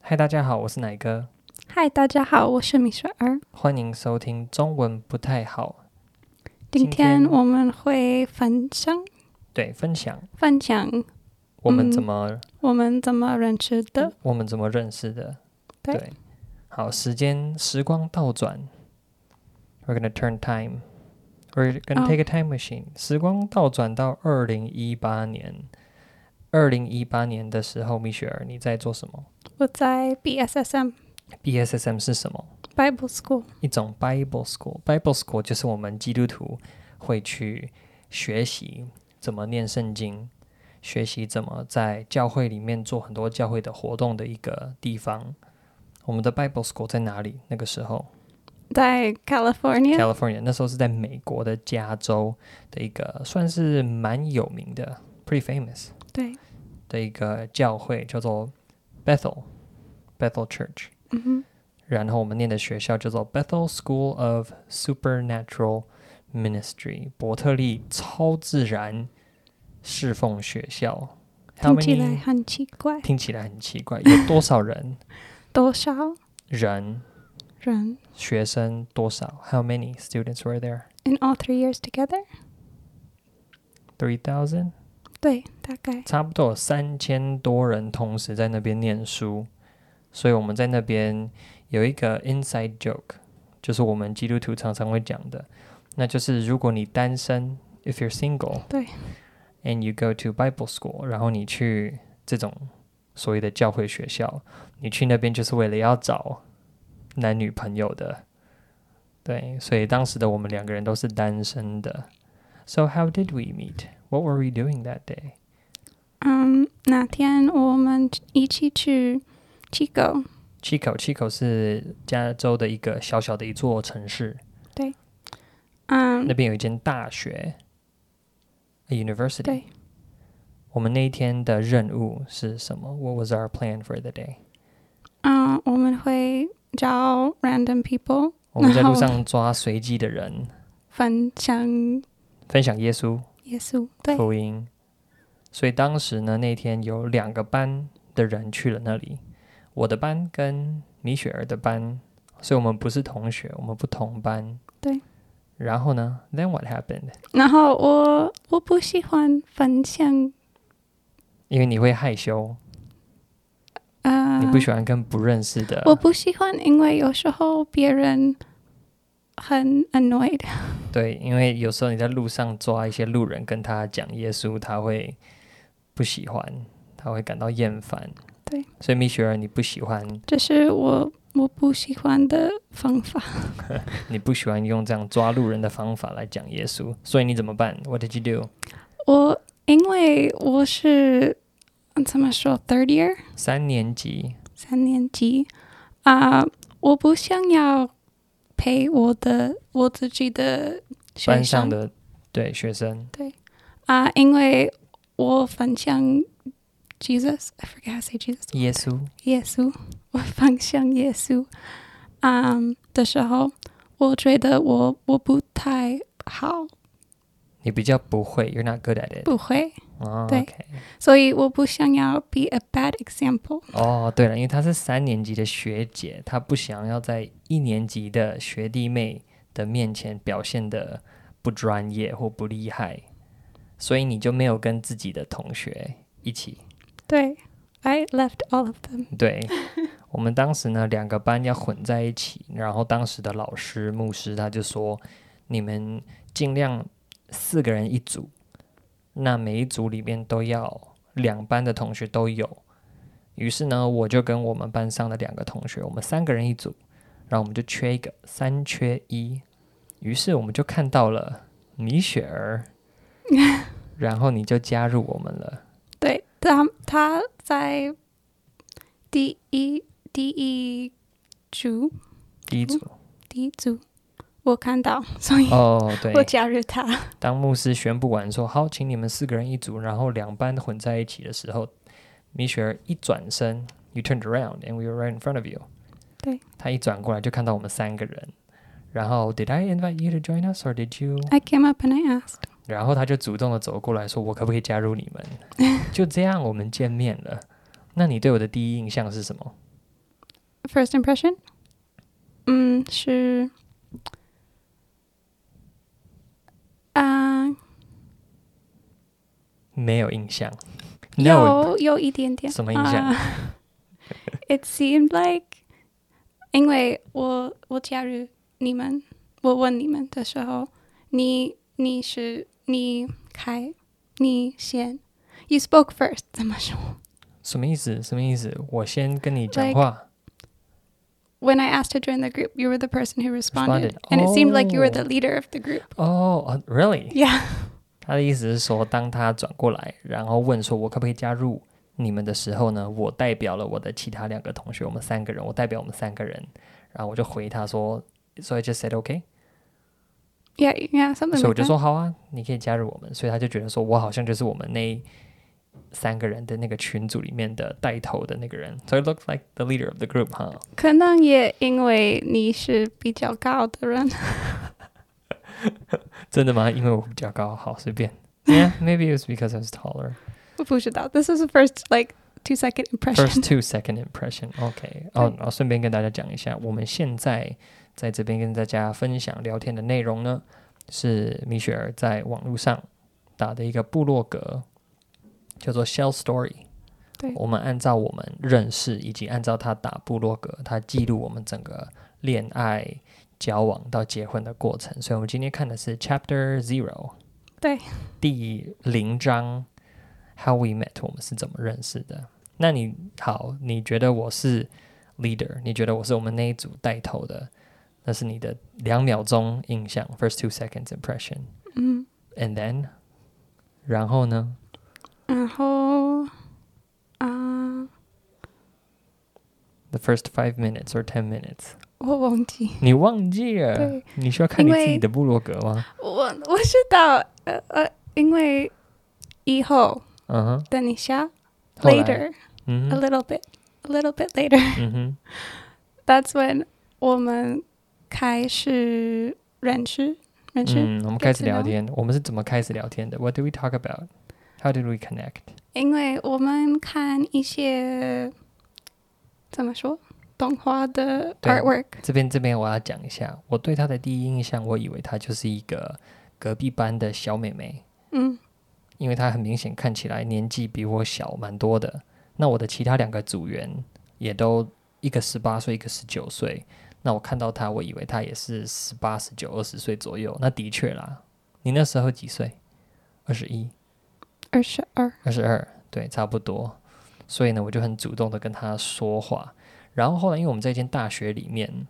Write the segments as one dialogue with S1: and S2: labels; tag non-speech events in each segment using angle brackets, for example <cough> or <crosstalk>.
S1: 嗨，大家好，我是奶哥，
S2: 嗨，大家好，我是米雪儿。
S1: 欢迎收听中文不太好，今
S2: 今天
S1: 天
S2: 我们会分享
S1: 对，分享
S2: 分享
S1: 我们
S2: 嗯
S1: 怎么、
S2: 我们怎么认识的。
S1: 我们怎么认识的，
S2: 对
S1: 好，时间时光倒转，We're gonna turn time. We're gonna
S2: 哦
S1: take a time machine.、时光倒转到二零一八年。二零一八年的时候，米雪儿，你在做什么
S2: 我在 BSSM
S1: ？BSSM 是什么？
S2: Bible School，
S1: 一种 Bible school。Bible school 就是我们基督徒会去学习怎么念圣经，学习怎么在教会里面做很多教会的活动的一个地方。我们的 Bible school 在哪里？那个时候
S2: 在 California，
S1: ，California，那时候是在美国的加州的一个算是蛮有名的，pretty famous
S2: 对，
S1: 的一个教会，叫做 Bethel Bethel Church。
S2: 嗯哼，
S1: 然后我们念的学校叫做 Bethel School of Supernatural Ministry，伯特利超自然侍奉学校。How
S2: 听起来
S1: many？
S2: 很奇怪，
S1: 听起来很奇怪，有多少人？
S2: 多少
S1: 人
S2: 人
S1: 学生多少？How many students were there?
S2: in all three years together？
S1: Three thousand，
S2: 对，大概
S1: 差不多有三千多人同时在那边念书，所以我们在那边有一个 inside joke，就是我们基督徒常常会讲的，那就是如果你单身，if you're single，
S2: 对
S1: ，and you go to Bible school，然后你去这种所谓的教会学校，你去那边就是为了要找男女朋友的，对，所以当时的我们两个人都是单身的。So how did we meet? What were we doing that day?
S2: 嗯，那天我们一起去 Chico，
S1: Chico Chico 是加州的一个小小的一座城市，那
S2: 嗯，
S1: 边有一间大学，a university。
S2: 对，
S1: 我们那一天的任务是什么？What was our plan for the day？
S2: 嗯，我们会找 random people
S1: 我们在路
S2: 然后
S1: 上抓随机的人，
S2: 分享
S1: 分享耶稣
S2: 耶稣，对，
S1: 福音。所以当时呢，那天有两个班的人去了那里，我的班跟米雪儿的班，所以我们不是同学，我们不同班。
S2: 对。
S1: 然后呢？Then what happened？
S2: 然后我我不喜欢分享，
S1: 因为你会害羞，
S2: 呃，
S1: 你不喜欢跟不认识的。
S2: 我不喜欢，因为有时候别人很 annoyed，
S1: 对，因为有时候你在路上抓一些路人跟他讲耶稣，他会不喜欢，他会感到厌烦。
S2: 对，
S1: 所以米雪儿，你不喜欢，
S2: 这是我我不喜欢的方法。
S1: 你不喜欢用这样抓路人的方法来讲耶稣，所以你怎么办？What did you do？
S2: 我因为我是嗯怎么说 third year
S1: 三年级
S2: 三年级啊、我不想要陪我的我自己的学
S1: 班上
S2: 生
S1: 的对学生
S2: 啊、Uh, 因为我分享 Jesus，I forget how to say Jesus。
S1: 耶稣，
S2: 耶稣，我方向耶稣，嗯、Um, 的时候，我觉得我我不太好，
S1: 你比较不会，You're not good at it。
S2: 不会，
S1: 哦
S2: 对
S1: OK
S2: 所以我不想要 be a bad example。
S1: 哦，对了，因为她是三年级的学姐，她不想要在一年级的学弟妹的面前表现的不专业或不厉害，所以你就没有跟自己的同学一起。
S2: 对，I left all of them。
S1: 对 <laughs> 我们当时呢，两个班要混在一起，然后当时的老师牧师他就说，你们尽量四个人一组，那每一组里面都要两班的同学都有。于是呢，我就跟我们班上的两个同学，我们三个人一组，然后我们就缺一个，三缺一。于是我们就看到了米雪儿，然后你就加入我们了。
S2: 对，他他在第一第一组
S1: 第一组
S2: 第一组，我看到，所以
S1: 哦，对，
S2: 我加入他。
S1: 当牧师宣布完说“好，请你们四个人一组”，然后两班混在一起的时候，米雪儿一转身，You turned around and we were right in front of you。
S2: 对，
S1: 她一转过来就看到我们三个人，然后 Did I invite you to join us or did you？
S2: I came up and I asked，
S1: 然后她就主动的走过来说：“我可不可以加 <laughs> 入你们？”就这样，我们见面了。那你对我的第一印象是什么？
S2: first impression，嗯，是啊、
S1: 没有印象。No，
S2: 有有一点点
S1: 什么印象
S2: 啊 Uh, <laughs> it seemed like，因为我我加入你们，我问你们的时候，你你是你开，你先，you spoke first，怎么说
S1: 什么意思？什么意思？我先跟你讲
S2: Like,
S1: 话。
S2: ？When I asked to join the group, you were the person who responded, and it seemed like you were the leader of the group.
S1: 哦、啊 r e a l l y
S2: Yeah,
S1: 他的意思是说，当他转过来，然后问说我可不可以加入你们的时候呢，我代表了我的其他两个同学，我们三个人，我代表我们三个人，然后我就回他说，So I just said OK，
S2: yeah, yeah, something.
S1: 所以我
S2: Like
S1: 就
S2: that.
S1: 说好啊，你可以加入我们，所以他就觉得说我好像就是我们那三个人的那个群组里面的带头的那个人，So I looked like the leader of the group，哈、
S2: 可能也因为你是比较高的 <laughs> 人，
S1: 真的吗？因为我比较高，好随便。Yeah, maybe it was because I was taller.
S2: 我不知道。This is the first like two second impression. <laughs>
S1: First two, second impression. OK，哦，然后顺便跟大家讲一下，我们现在在这边跟大家分享聊天的内容呢，是米雪儿在网络上打的一个部落格，叫做 Shell Story。
S2: 对
S1: 我们按照我们认识，以及按照他打部落格，他记录我们整个恋爱、交往到结婚的过程。所以，我们今天看的是 Chapter Zero，
S2: 对，
S1: 第零章 How We Met，我们是怎么认识的？那你好，你觉得我是 leader？你觉得我是我们那一组带头的？那是你的两秒钟印象，first two seconds impression，and
S2: 嗯，
S1: then，然后呢？
S2: 然后啊，
S1: the first five minutes or ten minutes.
S2: 我忘记，
S1: 你忘记了
S2: 对？
S1: 你需要看你
S2: 因
S1: 自
S2: 为
S1: 己的部落格吗？
S2: 我我知道，呃呃，因为以后
S1: 嗯哼，
S2: 等一下
S1: 后来
S2: ，later
S1: 嗯
S2: a
S1: 哼，
S2: little bit a little bit later
S1: 嗯哼，
S2: that's when 我们开始认识认识，
S1: 嗯，我们开始
S2: 知道
S1: 聊天。我们是怎么开始聊天的？What did we talk about? How did we connect?
S2: 因为我们看一些怎么说动画的
S1: 对
S2: artwork，
S1: 这边这边我要讲一下，我对她的第一印象，我以为她就是一个隔壁班的小妹妹，
S2: 嗯
S1: 因为她很明显看起来年纪比我小蛮多的。那我的其他两个组员也都一个十八岁，一个十九岁。那我看到她，我以为她也是十八、十九、二十岁左右。那的确啦，你那时候几岁？二十一、
S2: 二十二，
S1: 二十二，对，差不多。所以呢，我就很主动的跟她说话。然后后来，因为我们在一间大学里面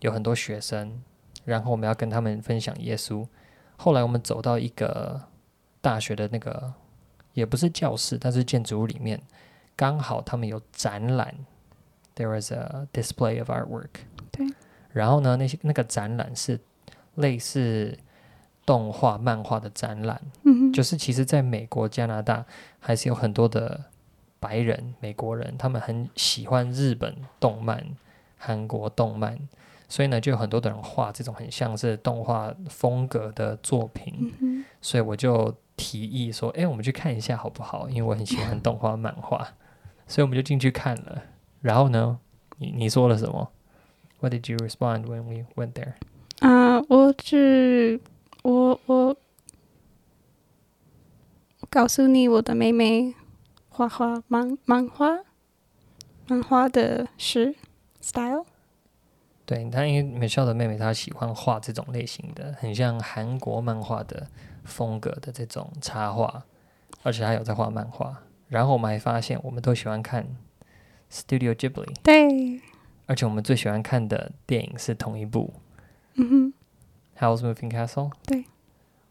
S1: 有很多学生，然后我们要跟他们分享耶稣。后来我们走到一个大学的那个，也不是教室，但是建筑物里面，刚好他们有展览，there was a display of artwork。
S2: 对。
S1: 然后呢，那些那个展览是类似动画、漫画的展览，
S2: 嗯哼，
S1: 就是其实在美国、加拿大还是有很多的白人美国人，他们很喜欢日本动漫、韩国动漫，所以呢，就有很多的人画这种很像是动画风格的作品。
S2: 嗯哼，
S1: 所以我就提议说，哎、我们去看一下好不好？因为我很喜欢动画、漫画，所以我们就进去看了。然后呢，你你说了什么？What did you respond when we went there？
S2: 啊、我只我我告诉你，我的妹妹画画漫漫画，漫画的是 style，
S1: 对，她因为美笑的妹妹她喜欢画这种类型的，很像韩国漫画的风格的这种插画，而且她有在画漫画。然后我们还发现，我们都喜欢看 Studio Ghibli，
S2: 对，
S1: 而且我们最喜欢看的电影是同一部，
S2: 嗯哼，
S1: Howl's Moving Castle，
S2: 对，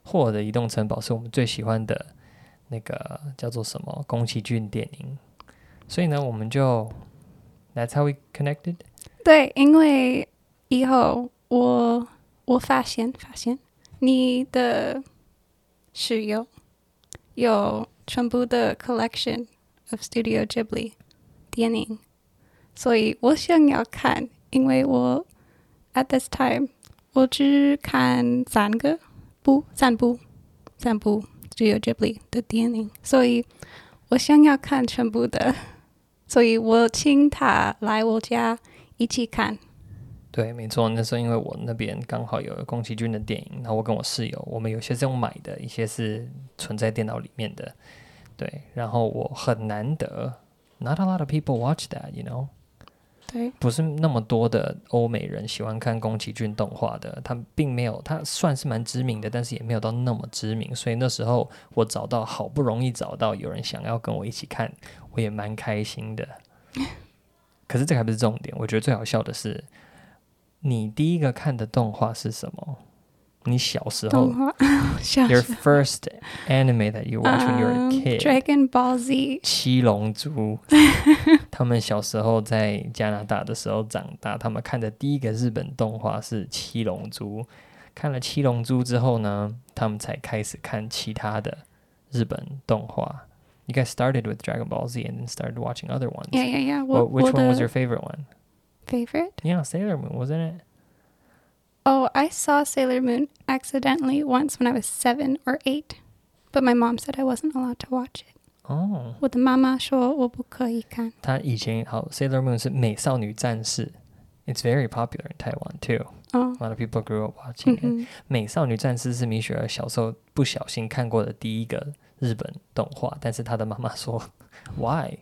S1: 霍尔的移动城堡是我们最喜欢的那个叫做什么宫崎骏电影，所以呢，我们就 That's how we connected。
S2: 对，因为以后我我发现发现你的室友有全部的 collection of Studio Ghibli 电影，所以我想要看，因为我 at this time 我只看三个部三部三部 Studio Ghibli 的电影，所以我想要看全部的，所以我请他来我家。一起看。
S1: 对，没错，那时候因为我那边刚好有宫崎骏的电影，然后我跟我室友，我们有些是用买的，一些是存在电脑里面的。对，然后我很难得，not a lot of people watch that，you know，
S2: 对，
S1: 不是那么多的欧美人喜欢看宫崎骏动画的，他并没有，他算是蛮知名的，但是也没有到那么知名，所以那时候我找到，好不容易找到有人想要跟我一起看，我也蛮开心的。可是这个还不是重点，我觉得最好笑的是，你第一个看的动画是什么？你小时候
S2: 动画 <laughs> 小
S1: your
S2: 时
S1: first anime that you
S2: 候
S1: watch when you were
S2: 嗯
S1: a kid？
S2: Um, Dragon Ball Z，
S1: 七龙珠， <laughs> 他们小时候在加拿大的时候长大，他们看的第一个日本动画是《七龙珠》。看了《七龙珠》之后呢，他们才开始看其他的日本动画。You guys started with Dragon Ball Z and then started watching other ones.
S2: yeah yeah yeah，我
S1: Well,
S2: 我
S1: which one was
S2: 的
S1: your favorite one?
S2: favorite。
S1: Yeah, Sailor Moon, wasn't it?
S2: Oh, I saw Sailor Moon accidentally once when I was seven or eight, but my mom said I wasn't allowed to watch it.
S1: 哦、
S2: 我的妈妈说我不可以看。
S1: 他以前好，Sailor Moon 是美少女战士，It's very popular in Taiwan too.
S2: 哦，
S1: A lot of people grew up watching
S2: 嗯
S1: it.
S2: 哼，
S1: 《美少女战士》是米雪儿小时候不小心看过的第一个日本动画，但是她的妈妈说 <laughs> ，Why？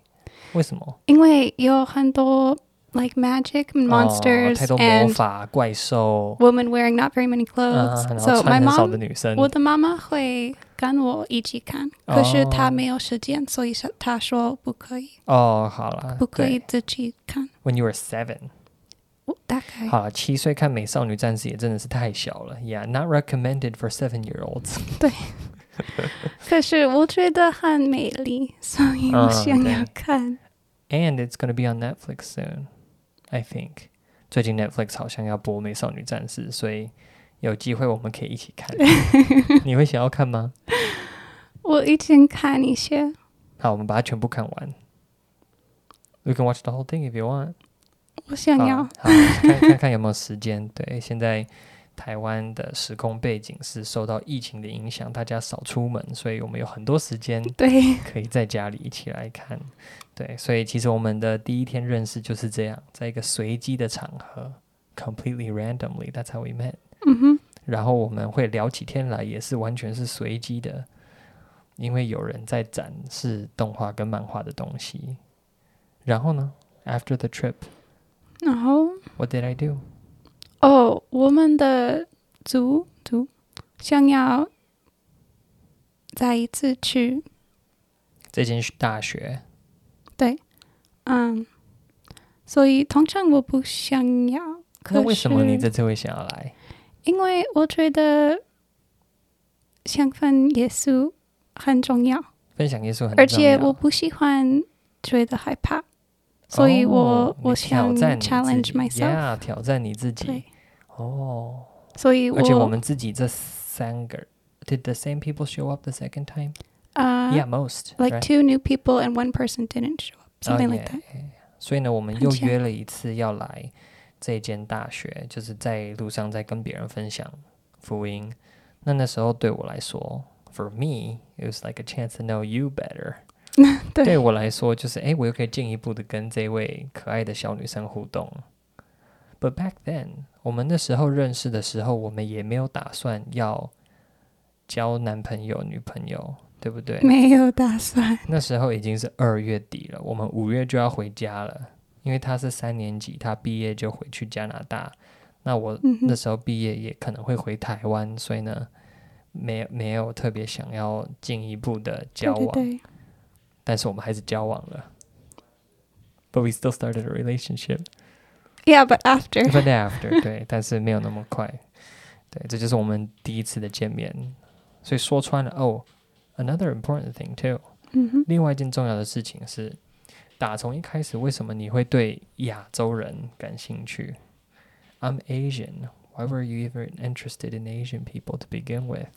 S1: 为什么？
S2: 因为有很多 like magic and
S1: 哦
S2: monsters
S1: 太多魔
S2: and
S1: 法、怪兽，
S2: women wearing not very
S1: Uh,
S2: many
S1: 啊
S2: clothes.
S1: 然后
S2: so
S1: 穿
S2: my
S1: 很哦少
S2: mom
S1: 的女生。
S2: 我的妈妈会跟我一起看，可是她没有时间，所以是她说不可以，
S1: 哦，好了，
S2: 不可以
S1: 对。
S2: 自己看。
S1: When you were seven，
S2: 我大概
S1: 好了，七岁看《美少女战士》也真的是太小了。Yeah，not recommended for seven-year-olds。
S2: 可是我觉得很美丽，所以我
S1: 嗯
S2: 想要
S1: 对
S2: 看。
S1: And it's gonna be on Netflix soon, I think. 最近 Netflix 好像要播《美少女战士》，所以有机会我们可以一起
S2: <laughs>
S1: 看。你会想要看吗？
S2: 我已经看一些，
S1: 好，我们把它全部看完。You can watch the whole thing if you want.
S2: 我想
S1: 好
S2: 要，
S1: 好，看看看有没有时间。对，现在台湾的时空背景是受到疫情的影响，大家少出门，所以我们有很多时间
S2: 对， <laughs>
S1: 可以在家里一起来看。对，所以其实我们的第一天认识就是这样，在一个随机的场合，completely randomly。That's how we met。
S2: 嗯哼，
S1: 然后我们会聊起天来，也是完全是随机的，因为有人在展示动画跟漫画的东西。然后呢，After the trip,
S2: 然后
S1: what did I do？
S2: 哦，我们的族族想要再一次去，
S1: 这间大学
S2: 嗯，所以通常我不想要。可
S1: 那为什么
S2: 是
S1: 你这次会想要来？
S2: 因为我觉得想分耶稣很重要，
S1: 分享耶稣很重要
S2: 而且我不喜欢觉得害怕，所以我、
S1: 哦
S2: 我
S1: 你挑
S2: 想
S1: 战你
S2: challenge
S1: 自己
S2: myself，、
S1: yeah, 挑战你自己
S2: 对，
S1: 哦。
S2: 所以
S1: 而且我们自己这三个，Did the same people show up the second time?
S2: 啊、
S1: yeah, most.
S2: Uh,
S1: right?
S2: like
S1: Oh,
S2: two new people and one person didn't show up,
S1: 哦
S2: something
S1: 耶
S2: like that.
S1: 所以呢，我们
S2: 很
S1: 又
S2: 强
S1: 约了一次要来这间大学，就是在路上在跟别人分享福音。那那时候对我来说，for me it was like a chance to know you better。
S2: 对
S1: 我来说，就是诶，我又可以进一步的跟这位可爱的小女生互动。But back then，我们那时候认识的时候，我们也没有打算要交男朋友、女朋友，对不对？
S2: 没有打算，
S1: 那时候已经是二月底了，我们五月就要回家了，因为他是三年级，他毕业就回去加拿大。那我
S2: 嗯哼
S1: 那时候毕业也可能会回台湾，所以呢，没没有特别想要进一步的
S2: 对
S1: 交
S2: 对
S1: 往，
S2: 对，
S1: 但是我们还是交往了。But we still started a relationship.
S2: Yeah, but after.
S1: But after，对， <laughs> 但是没有那么快。对，这就是我们第一次的见面。所以说穿了，哦，another important thing too。
S2: <laughs> 嗯哼，
S1: 另外一件重要的事情是，打从一开始，为什么你会对亚洲人感兴趣？I'm Asian. Why were you even interested in Asian people to begin with？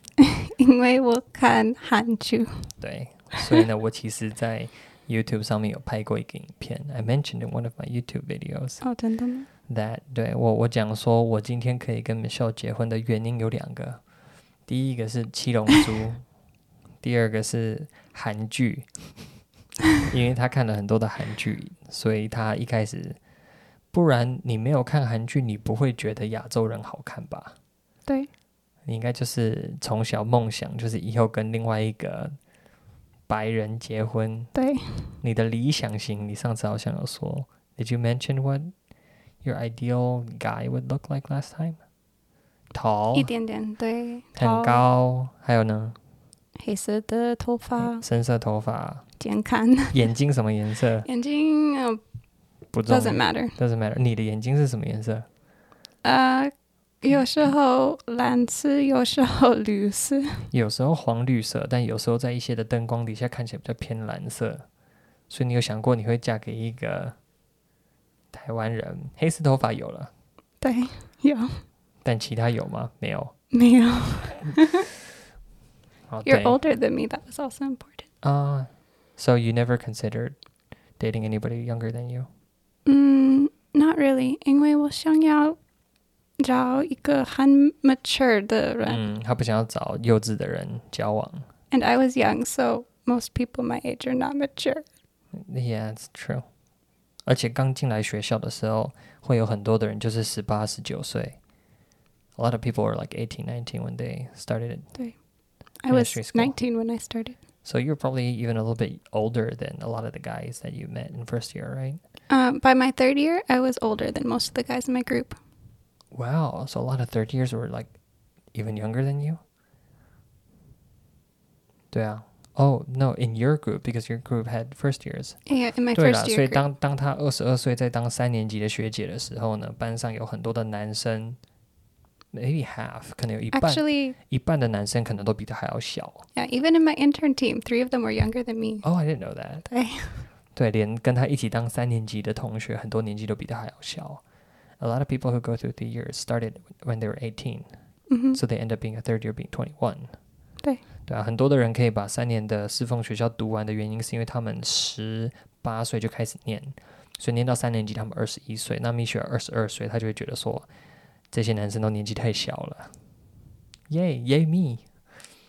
S2: 因为我看韩剧，
S1: 对，所以呢，我其实在 YouTube 上面有拍过一个影片，I mentioned in one of my YouTube videos
S2: 哦，真的吗？
S1: that 对我我讲说我今天可以跟 Michelle 结婚的原因有两个，第一个是七龙珠，第二个是韩剧，因为他看了很多的韩剧，所以他一开始不然你没有看韩剧，你不会觉得亚洲人好看吧？
S2: 对，
S1: 你应该就是从小梦想就是以后跟另外一个白人结婚，
S2: 对，
S1: 你的理想型，你上次好像有说，Did you mention what your ideal guy would look like last time？tall
S2: 一点点，对，
S1: 很
S2: 头，
S1: 高，还有呢，
S2: 黑色的头发，
S1: 深色头发，
S2: 健康， <laughs>
S1: 眼睛什么颜色
S2: 眼睛呃
S1: 不重要
S2: uh, doesn't matter，Uh,
S1: ，doesn't matter。你的眼睛是什么颜色？
S2: 呃，有时候蓝色，有时候 <laughs> 绿色，
S1: 有时候黄绿色，但有时候在一些的灯光底下看起来比较偏蓝色。所以你有想过你会嫁给一个台湾人？黑色头发有了，
S2: 对，有
S1: 但其他有吗？没有。
S2: 没有
S1: 哦，对
S2: ？You're older than me. That was also important.
S1: 啊、s o Uh, you never considered dating anybody younger than you？
S2: 嗯，Not Mm, really，因为我想要找一个很 uh, mature 的人、
S1: 嗯，他不想要找幼稚的人交往。
S2: a n d I was young, so most people my age are not mature.
S1: Yeah, it's true. 而且刚进来学校的时候，会有很多的人就是十八、十九岁。A lot of people were like 18, 19 when they started it.
S2: I
S1: Yeah,
S2: was
S1: she's cool.
S2: nineteen when I started.
S1: So you're probably even a little bit older than a lot of the guys that you met in first year, right?
S2: Um, by my third year, I was older than most of the guys in my group.
S1: Wow. So a lot of third years were like even younger than you? 对啊。Oh, no, in your group, because your group had first years.
S2: Yeah, in my
S1: 对啦，
S2: first
S1: 所以
S2: year. Group.
S1: 当当他二十二岁在当三年级的学姐的时候呢，班上有很多的男生，maybe half 可能有一半
S2: Actually,
S1: 一半的男生可能都比他还要小。
S2: yeah, even in my intern team, three of them were younger than me.
S1: Oh, I didn't know that.
S2: 对，
S1: 对，连跟他一起当三年级的同学，很多年纪都比他还要小。A lot of people who go through the years started when they were eighteen,
S2: hmm
S1: so they end up being a third year being twenty one.
S2: 对，
S1: 对啊，很多的人可以把三年的师范学校读完的原因，是因为他们十八岁就开始念，所以念到三年级，他们二十一岁。那米雪二十二岁，他就会觉得说，这些男生都年纪太小了。耶耶米，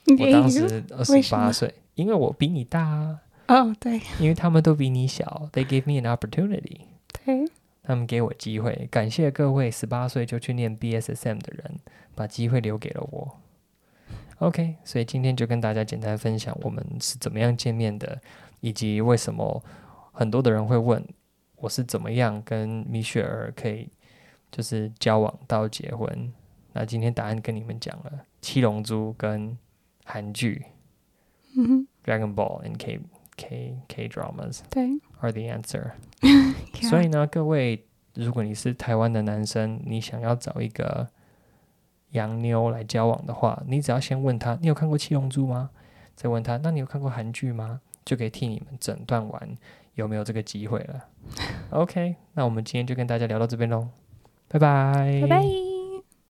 S1: 我
S2: Yeah,
S1: 当
S2: you-
S1: 时二
S2: 为
S1: 十
S2: 什
S1: 八
S2: 么
S1: 岁，因为我比你大啊，
S2: 哦，对
S1: 因为他们都比你小。They gave me an opportunity，
S2: 对，
S1: 他们给我机会。感谢各位十八岁就去念 BSSM 的人，把机会留给了我。OK，所以今天就跟大家简单分享我们是怎么样见面的，以及为什么很多的人会问我是怎么样跟米雪儿可以就是交往到结婚。那今天答案跟你们讲了《七龙珠》跟韩剧
S2: 嗯哼，
S1: 《Dragon Ball》and K K K dramas
S2: 对
S1: are the answer。
S2: ，yeah,
S1: 所以呢，各位，如果你是台湾的男生，你想要找一个洋妞来交往的话，你只要先问他，你有看过《七龙珠》吗？再问他，那你有看过韩剧吗？就可以替你们诊断完有没有这个机会了。OK，那我们今天就跟大家聊到这边喽，拜拜，
S2: 拜拜。